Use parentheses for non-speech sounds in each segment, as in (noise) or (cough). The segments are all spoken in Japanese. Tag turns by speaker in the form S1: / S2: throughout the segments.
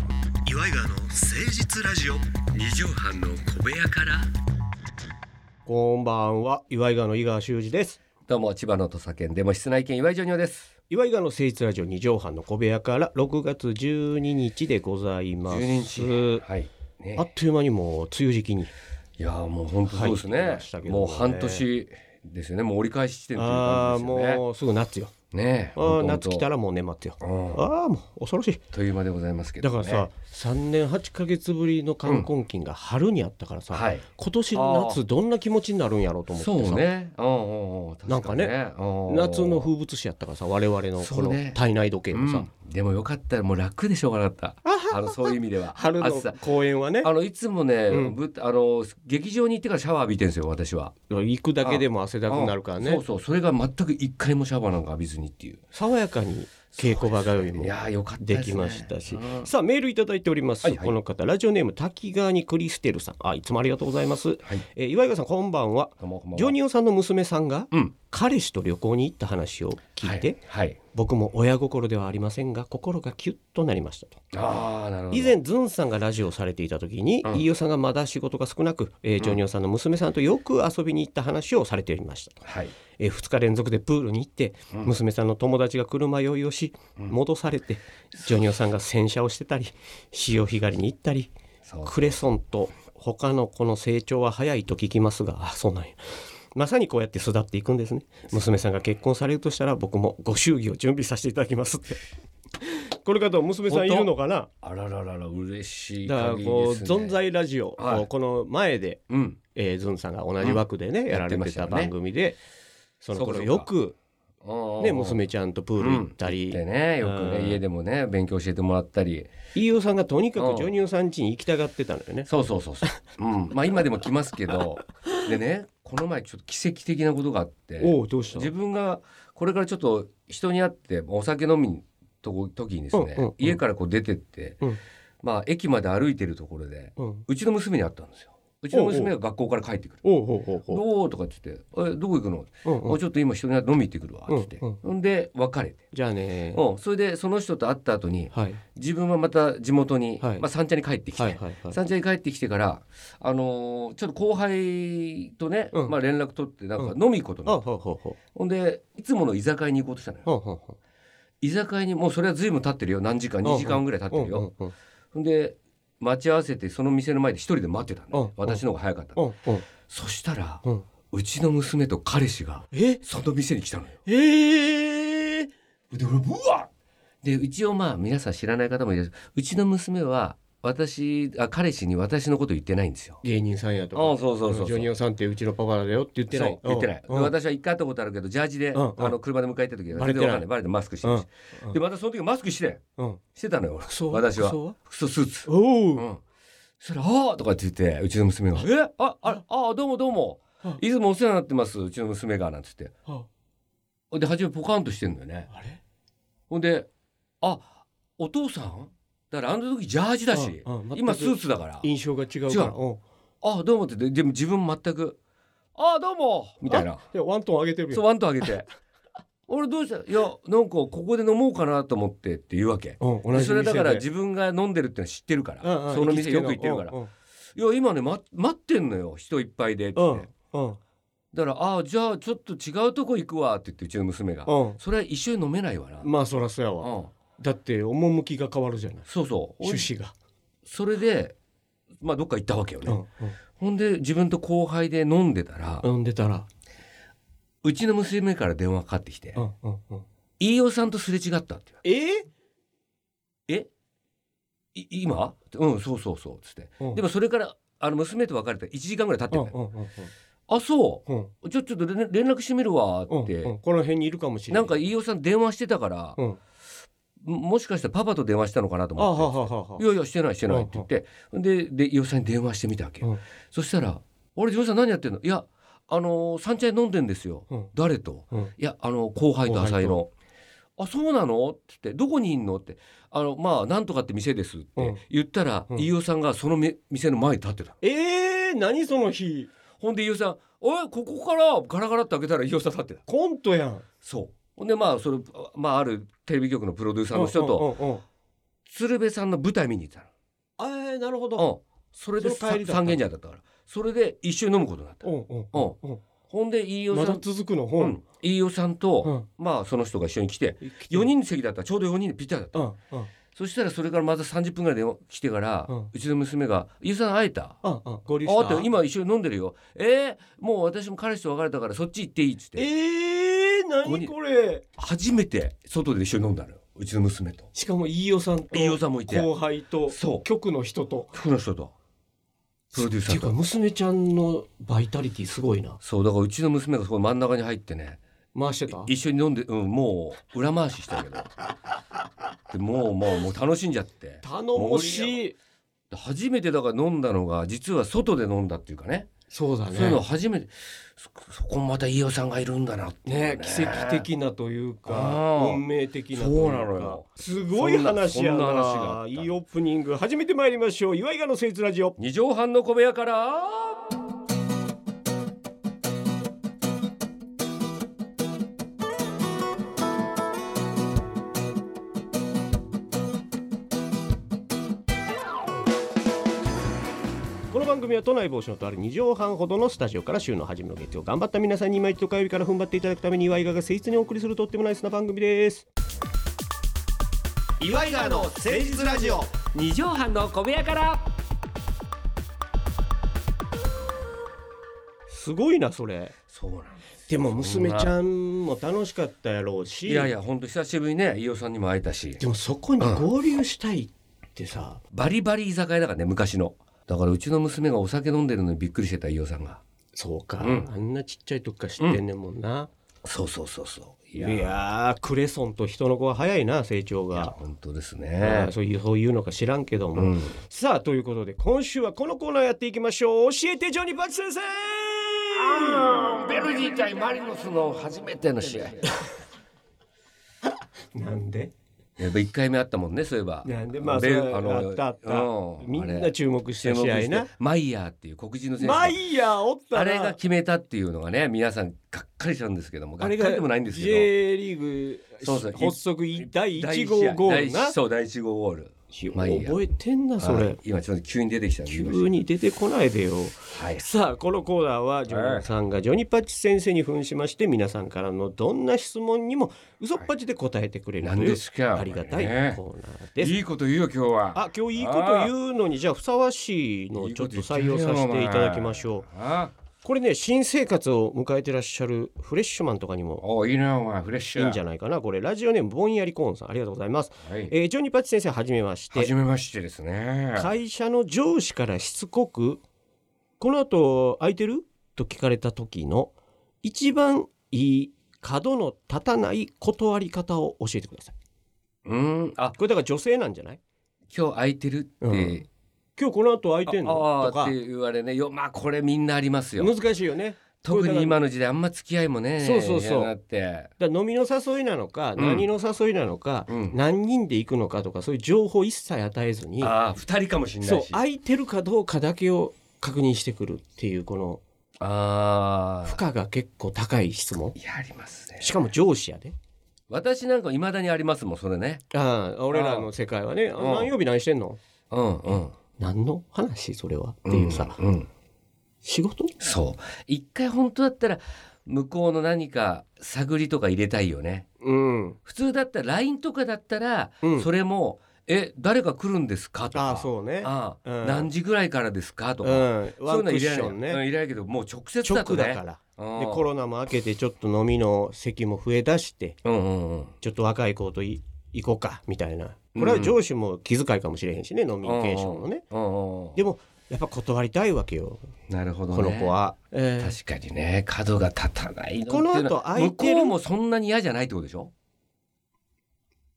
S1: イガーの誠実ラジオ二畳半の小部屋から
S2: こんばんは、岩井川の井川修司です。
S1: どうも千葉の土佐県でも室内犬岩井ジョニオです
S2: 岩井川の誠実ラジオ二畳半の小部屋から6月12日でございます。
S1: 12日はいね
S2: あっという間にもう梅雨時期に。
S1: いやーもう本当そうですね,、
S2: 入ってましたけどね
S1: もう半年ですよねもう折り返し地点という
S2: あ
S1: 感
S2: あ、
S1: じですよね
S2: もうすぐ夏よ。
S1: ね
S2: あー夏来たらもう年末よ。
S1: うん
S2: ああ、もう恐ろしい。
S1: という間でございますけ
S2: だ
S1: ど、
S2: か
S1: ね、
S2: らさ、3年8ヶ月ぶりの冠婚金が春にあったからさ、
S1: はい
S2: 今年の夏どんな気持ちになるんやろうと思ってさ、
S1: そうねうんうんうん
S2: なんか
S1: ね
S2: ね夏の
S1: う
S2: 風物詩やったからさ、我々のこ
S1: そう
S2: の
S1: ね
S2: 体内時計もさ、
S1: んでもよかったらもう楽でしょうがなかったあのそういう意味では
S2: 春の
S1: 暑さ
S2: 公演はね、
S1: あのいつもね、
S2: うん
S1: ぶあの劇場に行ってからシャワー浴びてるんですよ私は。
S2: 行くだけでも汗だくになるからね
S1: そう。そうそれが全く一回もシャワーなんか浴びずにっていう。
S2: 爽やかに稽古場通いも
S1: いやーよかった
S2: です
S1: ね
S2: きましたし、
S1: うん
S2: さあメールいただいております、
S1: はいはい
S2: この方ラジオネーム滝川にクリステルさんあいつもありがとうございます、
S1: はい。
S2: えー岩井川さんこんばんは
S1: どうもこんばんは
S2: ジョニオさんの娘さんが
S1: うん。
S2: 彼氏と旅行に行った話を聞いて、
S1: はい。はい
S2: 僕も親心ではありませんが心がキュッとなりましたと
S1: ああなるほど。
S2: 以前ズンさんがラジオをされていた時に、
S1: うん
S2: 飯尾さんがまだ仕事が少なく、えージョニオさんの娘さんとよく遊びに行った話をされていましたと、
S1: はい。
S2: え2日連続でプールに行って、娘さんの友達が車酔いをし、戻されてジョニオさんが洗車をしてたり潮干狩りに行ったり
S1: そう
S2: クレソンと他の子の成長は早いと聞きますがあそうなんやまさにこうやって巣立っていくんですね娘さんが結婚されるとしたら僕もご祝儀を準備させていただきますって
S1: (laughs)
S2: これ方娘さんいるのかな
S1: あらららら嬉しい
S2: だから
S1: 限り
S2: こう
S1: ですね。
S2: 存在ラジオ、
S1: はい
S2: こうこの前で
S1: うん。
S2: えー、ズンさんが同じ枠でね、やられてた番組で、その
S1: そ
S2: 頃
S1: うかそう
S2: よ
S1: か
S2: く
S1: あー
S2: ね娘ちゃんとプール行ったり、
S1: でねよく
S2: う
S1: ね
S2: ん
S1: 家でもね勉強教えてもらったり。
S2: 飯尾さんがとにか
S1: うん
S2: くジョニオさん家に行きたがってたのよね。
S1: そうそうそうそう。うん。まあ今でも来ますけど。でねこの前ちょっと奇跡的なことがあって。
S2: おうどうした
S1: 自分がこれからちょっと人に会ってお酒飲みにとこ時にですね、
S2: うんうんうん
S1: 家からこう出てって、
S2: うん
S1: まあ駅まで歩いてるところで
S2: うん、
S1: うちの娘に会ったんですようちの娘が学校から帰ってくる
S2: おうおうおう
S1: 「
S2: おう
S1: どう?」とかって言って「えどこ行くの
S2: うんうん
S1: あちょっと今人に会って飲み行ってくるわ」って言って、
S2: うん
S1: んで別れて、
S2: じゃあね
S1: うん、それでその人と会った後に
S2: はい
S1: 自分はまた地元に、
S2: はい
S1: まあ、三茶に帰ってきて、
S2: はいはいはい。
S1: 三茶に帰ってきてから、あのーちょっと後輩とね、
S2: うん
S1: まあ、連絡取ってなんか
S2: う
S1: 飲み行くことに
S2: あ
S1: なっ
S2: ほう
S1: て、
S2: ほうほ
S1: ほんでいつもの居酒屋に行こうとしたのよ
S2: う。ほうほうほ
S1: 居酒屋にもうそれは随分経ってるよ何時間
S2: うんうん
S1: 2時間ぐらい経っ
S2: う
S1: てるよ、
S2: うんうん
S1: ほんで待ち合わせてその店の前で一人で待ってたんだ、
S2: うんうん
S1: 私の方が早かった、
S2: うんうん
S1: そしたら、
S2: う
S1: うんちの娘と彼氏が
S2: え
S1: その店に来たのよ
S2: えー、
S1: で俺うわっで一応まあ皆さん知らない方もいらっしゃるうちの娘は私あ彼氏に私のこと言ってないんですよ
S2: 芸人さんやとか
S1: ああそうそうそうそう
S2: ジョニオさんってうちのパパだよって言ってない
S1: そう言ってない、で
S2: うん
S1: 私は一回会ったことあるけどジャージで、
S2: うんうん
S1: あの車で迎えた時は
S2: バレ
S1: 全
S2: て
S1: 然
S2: ない
S1: わかんないバレてマスクしてるし、
S2: うんうん
S1: でまたその時マスクして
S2: うん
S1: してたのよ
S2: 服装
S1: 私は
S2: 服装は
S1: 服装スーツ
S2: おう、
S1: うん、それああ!」とかって言ってうちの娘が「えあああどうもどうも
S2: あ
S1: いつもお世話になってますうちの娘が」なんつって
S2: あ
S1: で初めポカンとしてんのよね
S2: あれ
S1: ほんで「あお父さん?」だからあの時ジャージだし
S2: うんうん全く
S1: 今スーツだから
S2: 印象が違うから
S1: 違う
S2: うん
S1: 「あどうも」って言ってでも自分全く「あどうも」みたいない
S2: やワントーン上げてる
S1: そう
S2: よ
S1: ワンと上げて (laughs) 「俺どうしたいやなんかここで飲もうかなと思って」って言うわけ。
S2: うん、同
S1: で
S2: じ
S1: それ
S2: 店で
S1: だから自分が飲んでるってのは知ってるから、
S2: うんうん
S1: その
S2: 行きつ
S1: 店
S2: け
S1: よく行ってるから「
S2: うん
S1: いや今ね、ま、待ってんのよ人いっぱいで」って
S2: う
S1: 言
S2: ん
S1: って、
S2: うんうん
S1: だから「ああじゃあちょっと違うとこ行くわ」って言ってうちの娘が
S2: う
S1: 「それは一緒に飲めないわな」
S2: んまあそらそうやわ
S1: うん、
S2: だって趣が変わるじゃない
S1: そうそう
S2: 趣旨が
S1: それでまあどっか行ったわけよね、
S2: うん
S1: ほんで自分と後輩で飲んでたら、
S2: うん飲んでたら
S1: うちの娘から電話かかってきて
S2: うんうんうん
S1: 「飯尾さんとすれ違った」って
S2: えー
S1: 言うえい今?」ってうんそうそうそう」っつって、
S2: うん
S1: でもそれからあの娘と別れて1時間ぐらい経って
S2: うん
S1: だ
S2: ん
S1: よ、
S2: うんうん
S1: あそ
S2: うん
S1: うちょちょっと連連絡してみるわ」
S2: うん
S1: って、
S2: うんこの辺にいるかもしれな
S1: ないんか飯尾さん電話してたから、
S2: うん
S1: ももしかしてパパと電話したのかなと
S2: あは
S1: 思って。
S2: はははい
S1: やいやしてないしてないって言ってでで伊予さんに電話してみたわけ、
S2: うん
S1: そしたら「俺伊予さん何やってんの?」「いやあのー三茶で飲んでんですよ、
S2: うん
S1: 誰と?
S2: うん
S1: いやあの後輩と浅井の」あそうなの?」って言って「どこにいんの?」って「あのまあなんとかって店です」っ
S2: う
S1: て
S2: ん
S1: 言ったら、
S2: うん
S1: 飯尾さんがそのめ店の前に立ってた
S2: えー何その日
S1: ほんで飯尾さん「おいここからガラガラって開けたら飯尾さん立ってた
S2: コントやん
S1: そうほんでまあそれ、まあ、あるテレビ局のプロデューサーの人と
S2: と
S1: 鶴瓶さんの舞台見に行ったの
S2: あえなるほど。
S1: うん、それで
S2: その帰りだった
S1: 三軒茶屋だったからそれで一緒に飲むことになった、
S2: うんうん
S1: うん
S2: うん
S1: ほんで飯尾
S2: ま
S1: さ
S2: だ
S1: ん、
S2: 続くの。
S1: う、
S2: うん
S1: 飯尾さんと、まあその人が一緒に来て
S2: うん
S1: 4。人席だったらちょうど4人でぴったりだった
S2: うんうんうん
S1: そしたらそれからまた30分ぐらいで来てから、
S2: う
S1: うんちの娘が「飯尾さん会えた?」
S2: うんうん。合流
S1: あ
S2: した。
S1: って今一緒に飲んでるよ。えー、もう私も彼氏と別れたからそっち行っていいっつって
S2: ええー、
S1: ここ
S2: 何
S1: に
S2: これ。
S1: 初めて外で一緒に飲んだのようちの娘と
S2: しかも飯尾さんと
S1: 飯尾さんもいて
S2: 後輩と
S1: そう
S2: 局の人と。
S1: 服の人とプロデューサ
S2: て
S1: ー
S2: いうか
S1: と
S2: 娘ちゃんのバイタリティすごいな。
S1: そうだからうちの娘がそこ真ん中に入ってね
S2: 回してた。
S1: 一緒に飲んで、うん、もう裏回ししたけどでもうもうもう楽しんじゃって
S2: 頼もしい。
S1: 初めてだから飲んだのが実は外で飲んだっていうかね
S2: そうだ
S1: そういうの
S2: ね。
S1: 初めてそそこもまた飯尾さんがいるんだなっていう
S2: ね奇跡的なというか
S1: あー
S2: 運命的なとい
S1: そう
S2: か
S1: なのよ
S2: すごい話やな
S1: そんな話があった
S2: いいオープニング始めてまいりましょう岩井川の聖地ラジオ
S1: 二畳半の小部屋から
S2: この番組は都内防止のとある2畳半ほどのスタジオから週の初めの月曜頑張った皆さんに毎日と火曜日から踏ん張っていただくために岩井川が誠実にお送りするとってもナイスな番組です岩井川の誠実ラジオ
S1: 二畳半の小部屋から
S2: すごいなそれ
S1: そうなんです
S2: でも娘ち
S1: ん
S2: ゃんも楽しかったやろうし
S1: いやいや本当久しぶりにね飯尾さんにも会えたし
S2: でもそこに合流したいってさ、
S1: バリバリ居酒屋だからね昔のだからうちの娘がお酒飲んでるのにびっくりしてた飯尾さんが
S2: そうか、
S1: うん
S2: あんなちっちゃい時から知ってんねんもんな、
S1: そうそうそうそうい
S2: いやークレソンと人の子は早いな成長
S1: いや
S2: が、
S1: 本当です
S2: あ
S1: ね
S2: ーそういうそういうのか知らんけども、
S1: うん
S2: さあということで今週はこのコーナーやっていきましょう教えてジョニーパク先生
S1: ベルギー対マリノスの初めての試合
S2: なんで
S1: やっぱ一回目あったもんねそういえば
S2: なんでまあそ
S1: ベ
S2: れ
S1: ル
S2: ああったあった、
S1: うん
S2: みん
S1: あ
S2: な
S1: れ
S2: 注目した
S1: 注目
S2: 試合
S1: して
S2: な
S1: マイヤーっていう黒人の選手
S2: マイヤーおったな
S1: あれが決めたっていうのがね皆さんがっかりしたんですけどもがっかりでもないんですけ
S2: J リーグ
S1: そうそう
S2: 発足
S1: ど
S2: 第1号ゴールな
S1: 第一そう第1号ゴールマイヤー
S2: 覚えてんなそれ、
S1: はい今ちょっと急に出てきたんで
S2: 急に出てこないでよ
S1: はい
S2: さあこのコーナーはジョニーさんがジョニパッチ先生に扮しまして皆さんからのどんな質問にも嘘っぱちで答えてくれる
S1: な
S2: と
S1: ん
S2: い
S1: で
S2: う
S1: すか
S2: ありがたい
S1: ね
S2: コーナーです。
S1: いいこと言うよ今日は
S2: あ今日いいこと言うのにじゃあふさわしいのをちょっと採用させていただきましょ
S1: う
S2: う。
S1: あ
S2: これね新生活を迎えてらっしゃるフレッシュマンとかにも
S1: おいいなお前フレッシ
S2: い
S1: ュ
S2: いんじゃないかなこれラジオネームぼんやりコーンさんありがとうございます。
S1: はい
S2: えージョニパッチ先生はじめまして
S1: はじめましてですね
S2: 会社の上司からしつこく「この後空いてる?」と聞かれた時の一番いい角の立たない断り方を教えてください。
S1: うんあ
S2: これだから女性なんじゃない
S1: 今日空いてるって、
S2: うん今日この後空いてん
S1: あ
S2: の
S1: あ
S2: とか
S1: って言われねよまあこれみんなありますよ
S2: 難しいよね。
S1: 特に今の時代あんま付き合いもね
S2: そうそうそう
S1: 嫌になって
S2: だから飲みの誘いなのか、
S1: うん
S2: 何の誘いなのか、
S1: うん
S2: 何人で行くのかとかそういう情報一切与えずに
S1: ああ二人かもしれな
S2: そ
S1: いうしあ
S2: 空いてるかどうかだけを確認してくるっていうこの
S1: あ
S2: 負荷が結構高い質問
S1: いやありますね
S2: しかも上司やで。
S1: 私なんか未だにありますもんそれね
S2: ああ俺らの世界はねあ
S1: うん
S2: 何曜日何してんの
S1: うんうん
S2: 何の話それはっていうさ、
S1: うんうん
S2: 仕事
S1: そう一回本当だったら向こうの何か探りとか入れたいよね
S2: うん
S1: 普通だったら LINE とかだったら、
S2: うん
S1: それも「え誰か来るんですか?」とか
S2: ああそうね
S1: ああ
S2: うん
S1: 何時ぐらいからですか?」と
S2: う
S1: か、
S2: んワ
S1: そういうのは
S2: ンクッ
S1: い
S2: シ
S1: らない
S2: ョンね
S1: いらないけどもう直接だと
S2: 直
S1: ね
S2: だから
S1: うん
S2: でコロナも明けてちょっと飲みの席も増えだして
S1: うんうんうん
S2: ちょっと若い子とい行こうかみたいなこれは上司も気遣いかもしれへんしね飲みニケーションのね
S1: うんうんうん
S2: でもやっぱ断りたいわけよ
S1: なるほどね
S2: この子は、えー
S1: 確かにね角が立たないのっていう
S2: この後
S1: は
S2: 空いてる
S1: 向こうもそんなに嫌じゃないってことでしょ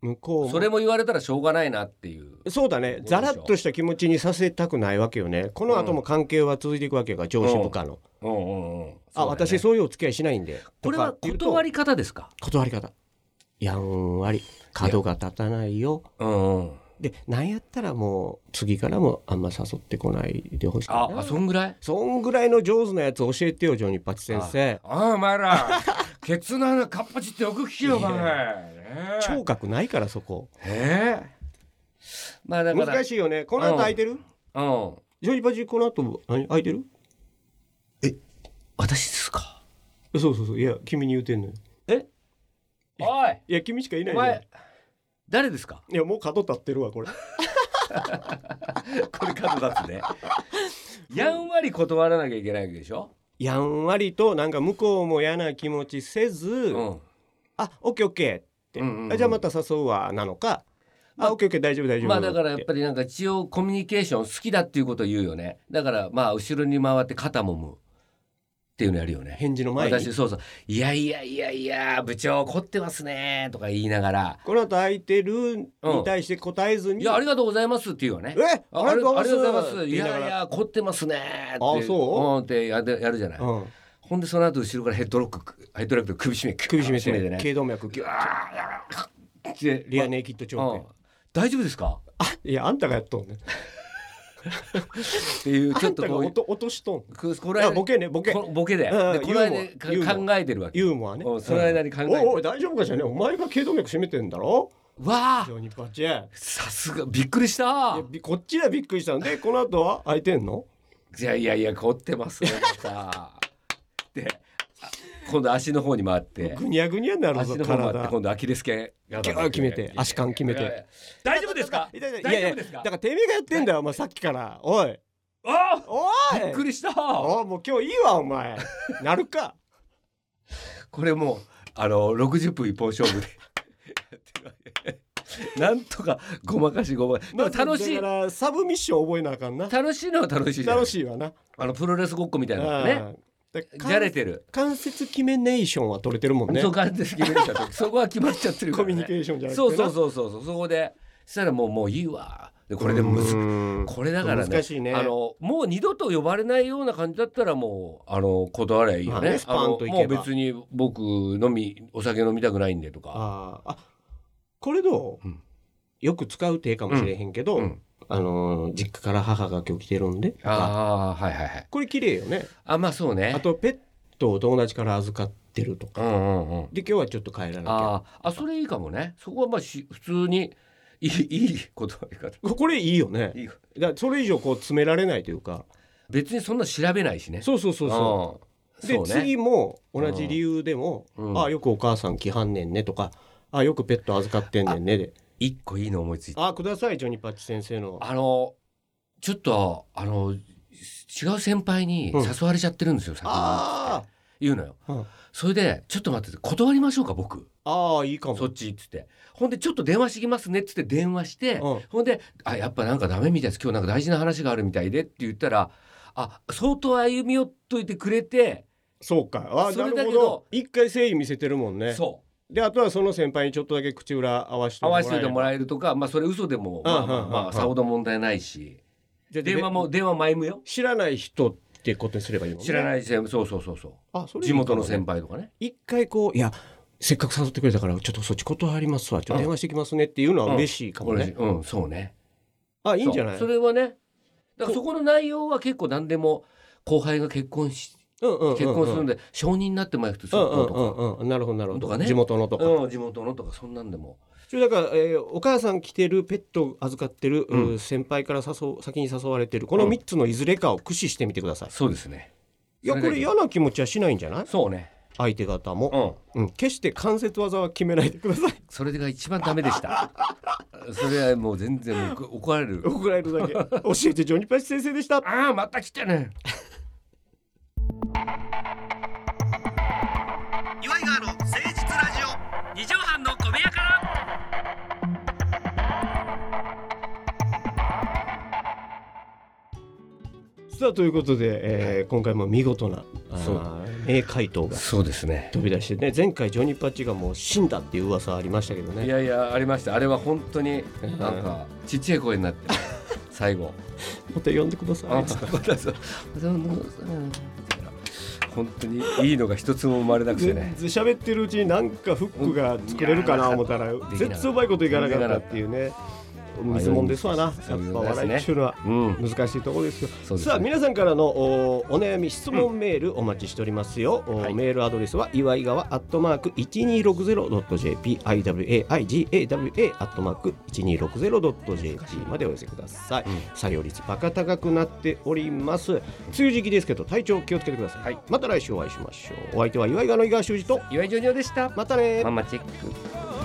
S2: 向こうも
S1: それも言われたらしょうがないなっていう
S2: そうだ
S1: ど
S2: ね
S1: うでしょ
S2: ざ
S1: う
S2: らっとした気持ちにさせたくないわけよねこの後も関係は続いていくわけが上司部下の、
S1: うんうんうん
S2: あ私
S1: そ
S2: そういうお付き合いしないんで
S1: うだよねこれは断
S2: り
S1: り方ですか
S2: 断り方やんわり角が立たないよ
S1: うんうん
S2: でなんやったらもう次からもあんま誘ってこないでほしいな
S1: ああそんぐらい
S2: そんぐらいの上手なやつ教えてよジョニーパチ先生
S1: ああお前
S2: (laughs)
S1: らケツの穴かっぱちってよく聞けよお前
S2: いや
S1: ねえ
S2: 聴覚ないからそこ
S1: ええまあだから
S2: 難しいよねこの後空いてる
S1: ううん
S2: ジョニーパジこの後あ空いてる
S1: 私ですか
S2: えそうそうそういや君に言うてんのよ
S1: おい
S2: いや君しかいない
S1: お
S2: じゃん
S1: 前誰ですか
S2: いやもう角立ってるわこれ
S1: これ角立つ (laughs) ねやんわり断らなきゃいけないわけでしょ
S2: やんわりとなんか向こうも嫌な気持ちせず、
S1: うん
S2: あオッケーオッケーって、
S1: うんうんうん
S2: あじゃあまた誘うわなのか、
S1: まあ
S2: あオッケーオッケー大丈夫大丈夫
S1: まあだからやっ
S2: って
S1: ぱりなんか一応コミュニケーション好きだっていうことを言うよねだからまあ後ろに回って肩もむっていうのやるよね
S2: 返事の前に
S1: 私そうそう「いやいやいやいや部長怒ってますね」とか言いながら
S2: この後空いてるに対して答え
S1: 「
S2: ずに、
S1: いやありがとうございます」って言うよね
S2: えありがとうご
S1: ありがとうございま
S2: ざいま
S1: すす
S2: って
S1: い
S2: 言いな
S1: や
S2: が
S1: い
S2: ら
S1: や凝ってますねって
S2: あそ
S1: うんってやでやるじゃない、
S2: うん、
S1: ほんでその後後ろからヘッドロックヘッドロックで首絞め
S2: 首絞めて
S1: てね
S2: 頸動脈ギュー
S1: で
S2: リアネイキッド
S1: う
S2: 長
S1: ん
S2: 径、
S1: 大丈夫ですか
S2: いやあんたがやっとんね
S1: っていう
S2: あ
S1: ちょっ
S2: ん
S1: と
S2: たが
S1: こう
S2: 落と落としとん
S1: ここ
S2: い
S1: れ
S2: やボケねボケ
S1: こボケで
S2: うん
S1: でこの間か
S2: ユーモア
S1: 考えてるわけ
S2: ユーモアね
S1: うんその間に考えて
S2: うんおいおい大丈夫かしらねお前が頸動脈締めてんだろ
S1: わあ
S2: ジョニーパチェ
S1: さすがびっくりした
S2: いやびこっちはびっくりしたんでこの後は空いてんの
S1: いやいやいや凝ってますねさであ今度足の方に回って
S2: ぐにゃぐにゃになるぞ
S1: 足の方に回って
S2: 体
S1: 今度アキレス腱が
S2: ギュー決めて足感決めて
S1: いやいや大丈夫ですか
S2: いやいやいや
S1: 大丈夫ですか
S2: だからてめえがやってんだよお前さっきからおい
S1: あ
S2: おい
S1: ーびっくりした
S2: おいもう今日いいわお前なるか
S1: これもうあの60分一本勝負でやってるわけなんとかごまかしごまかしでも楽しい
S2: だからサブミッション覚えなあかんな
S1: 楽しいのは楽しいじゃない
S2: 楽しいわな
S1: あのプロレスごっこみたいなのがね
S2: うんだ
S1: じゃれてる
S2: 関節決めネーションは取れてるもんね
S1: そう感じで決めてた時そこは決まっちゃってるか
S2: コ
S1: ら、ね、
S2: ミュニケーションじゃなくて
S1: そうそう
S2: う
S1: そうそうそうそこでそしたらもうもういいわでこれでもむず
S2: うん
S1: これだからね
S2: 難しいね
S1: あのもう二度と呼ばれないような感じだったらもうあの断ればいいよね,、
S2: まあねスパンといけば
S1: あのもう別に僕飲みお酒飲みたくないんでとか
S2: あーあこれどう、
S1: うん
S2: よく使う手かもしれへんけど、
S1: うん
S2: あのー実家から母が今日来てるんで
S1: ああはいはいはい
S2: これ綺麗よね
S1: あまあそうね
S2: あとペットを友達から預かってるとか
S1: うんうんうん
S2: で今日はちょっと帰らなきゃ
S1: あーあそれいいかもねそこはまあし普通にいいいい断り方
S2: これいいよね
S1: いい
S2: だからそれ以上こう詰められないというか
S1: 別にそんな調べないしね
S2: そうそうそうそ
S1: うん
S2: うで
S1: そうね
S2: 次も同じ理由でも「
S1: うん
S2: ああよくお母さん来はんねんね」とか「ああよくペット預かってんねんね」で
S1: 一個いいの思いつい
S2: 「
S1: た
S2: ああくださいジョニパッチ先生の」
S1: あのちょっとあの違う先輩に
S2: うん
S1: 誘われちゃってるんですよ、先に
S2: あ
S1: 言うのよ
S2: ー、うん
S1: それで「ちょっと待ってて断りましょうか僕
S2: あーいいかも
S1: そっち」っつってほんで「ちょっと電話してきますね」っつって電話して、
S2: うん
S1: ほんで「あやっぱなんかダメみたいです今日なんか大事な話があるみたいで」って言ったら「あ相当歩み寄っといてくれて、
S2: そうかあー
S1: そ
S2: な
S1: れ
S2: る
S1: だけど
S2: ほど一回誠意見せてるもんね
S1: そう
S2: であとはその先輩にちょっとだけ口裏合わせて
S1: 合
S2: もら
S1: わ
S2: え
S1: せて
S2: れば
S1: もらえるとかまあそれ嘘でも
S2: うん
S1: まあまあ
S2: うん
S1: まあさほど問題ないし
S2: じゃあ
S1: 電話も電話前向よ
S2: 知らない人ってことにすればいいもんね
S1: 知らない先輩そうそうそうそ
S2: あそうれ
S1: 地元の先輩
S2: 輩
S1: とかね
S2: 一回こういやせっかく誘ってくれたからちょっとそっち断りますわちょっと電話してきますねっていうのは嬉しいかも
S1: 俺
S2: ね、
S1: うんそうね
S2: あいいんじゃない
S1: そううそれはねだからそこの内容は結構何でも後輩が結婚し
S2: んうんうんうん
S1: 結婚するんで承認になってもらう人す
S2: うん
S1: る
S2: うん
S1: と
S2: うん
S1: か
S2: うんなるほどなるほ
S1: と
S2: ど、
S1: かね
S2: 地元のとか、
S1: うん地元のとかそんなんでも
S2: それだから、えーお母さん来てるペット預かってる、
S1: うん
S2: うん先輩から誘う先に誘われてるこの
S1: うん
S2: 3つのいずれかを駆使してみてください、
S1: そうですね
S2: いやこれ嫌な気持ちはしないんじゃない
S1: そうね
S2: 相手方も、
S1: うん
S2: うん、決して関節技は決めないでください (laughs)
S1: それが一番ダメでしたそれはもう全然僕怒られる
S2: 怒られ
S1: (laughs)
S2: るだけ教えてジョニパチ先生でした
S1: ああまた来てね
S3: 岩井川の誠実ラジオ
S1: 二畳半の小部屋から
S2: さあということで、えー今回も見事なあ
S1: そう
S2: ー名回答が
S1: そうですね
S2: 飛び出してね前回ジョニーパッチがもう死んだっていう噂ありましたけど
S1: い
S2: ね
S1: やいやありましたあれは本当になんかちっちゃい声になって最後
S2: また呼んでくださ
S1: あ
S2: い
S1: またそう本当にいいのが一つも生まれなくて
S2: 全
S1: ね
S2: 然喋ってるうちになんかフックが作れるかな思った
S1: で
S2: ら
S1: きなかった
S2: 絶対うまいこといかなかったっていうね水もんですわな
S1: そ
S2: や
S1: う
S2: っ
S1: いう
S2: ぱ
S1: もんですね
S2: 笑いっていうのは
S1: (laughs) うん
S2: 難しいところですよ
S1: そうですね
S2: さあ皆さんからのおお悩み質問メールお待ちしておりますよ、お
S1: はい
S2: メールアドレスは岩井川アットマーク 1260.jp iwaigawa アットマーク 1260.jp までお寄せください、
S1: うん
S2: 採用率バカ高くなっております梅雨時期ですけど体調気をつけてください、
S1: はい
S2: また来週お会いしましょうお相手は岩井川の井川修司と
S1: 岩井ジョニオでした
S2: またね
S1: ママチェック
S4: 「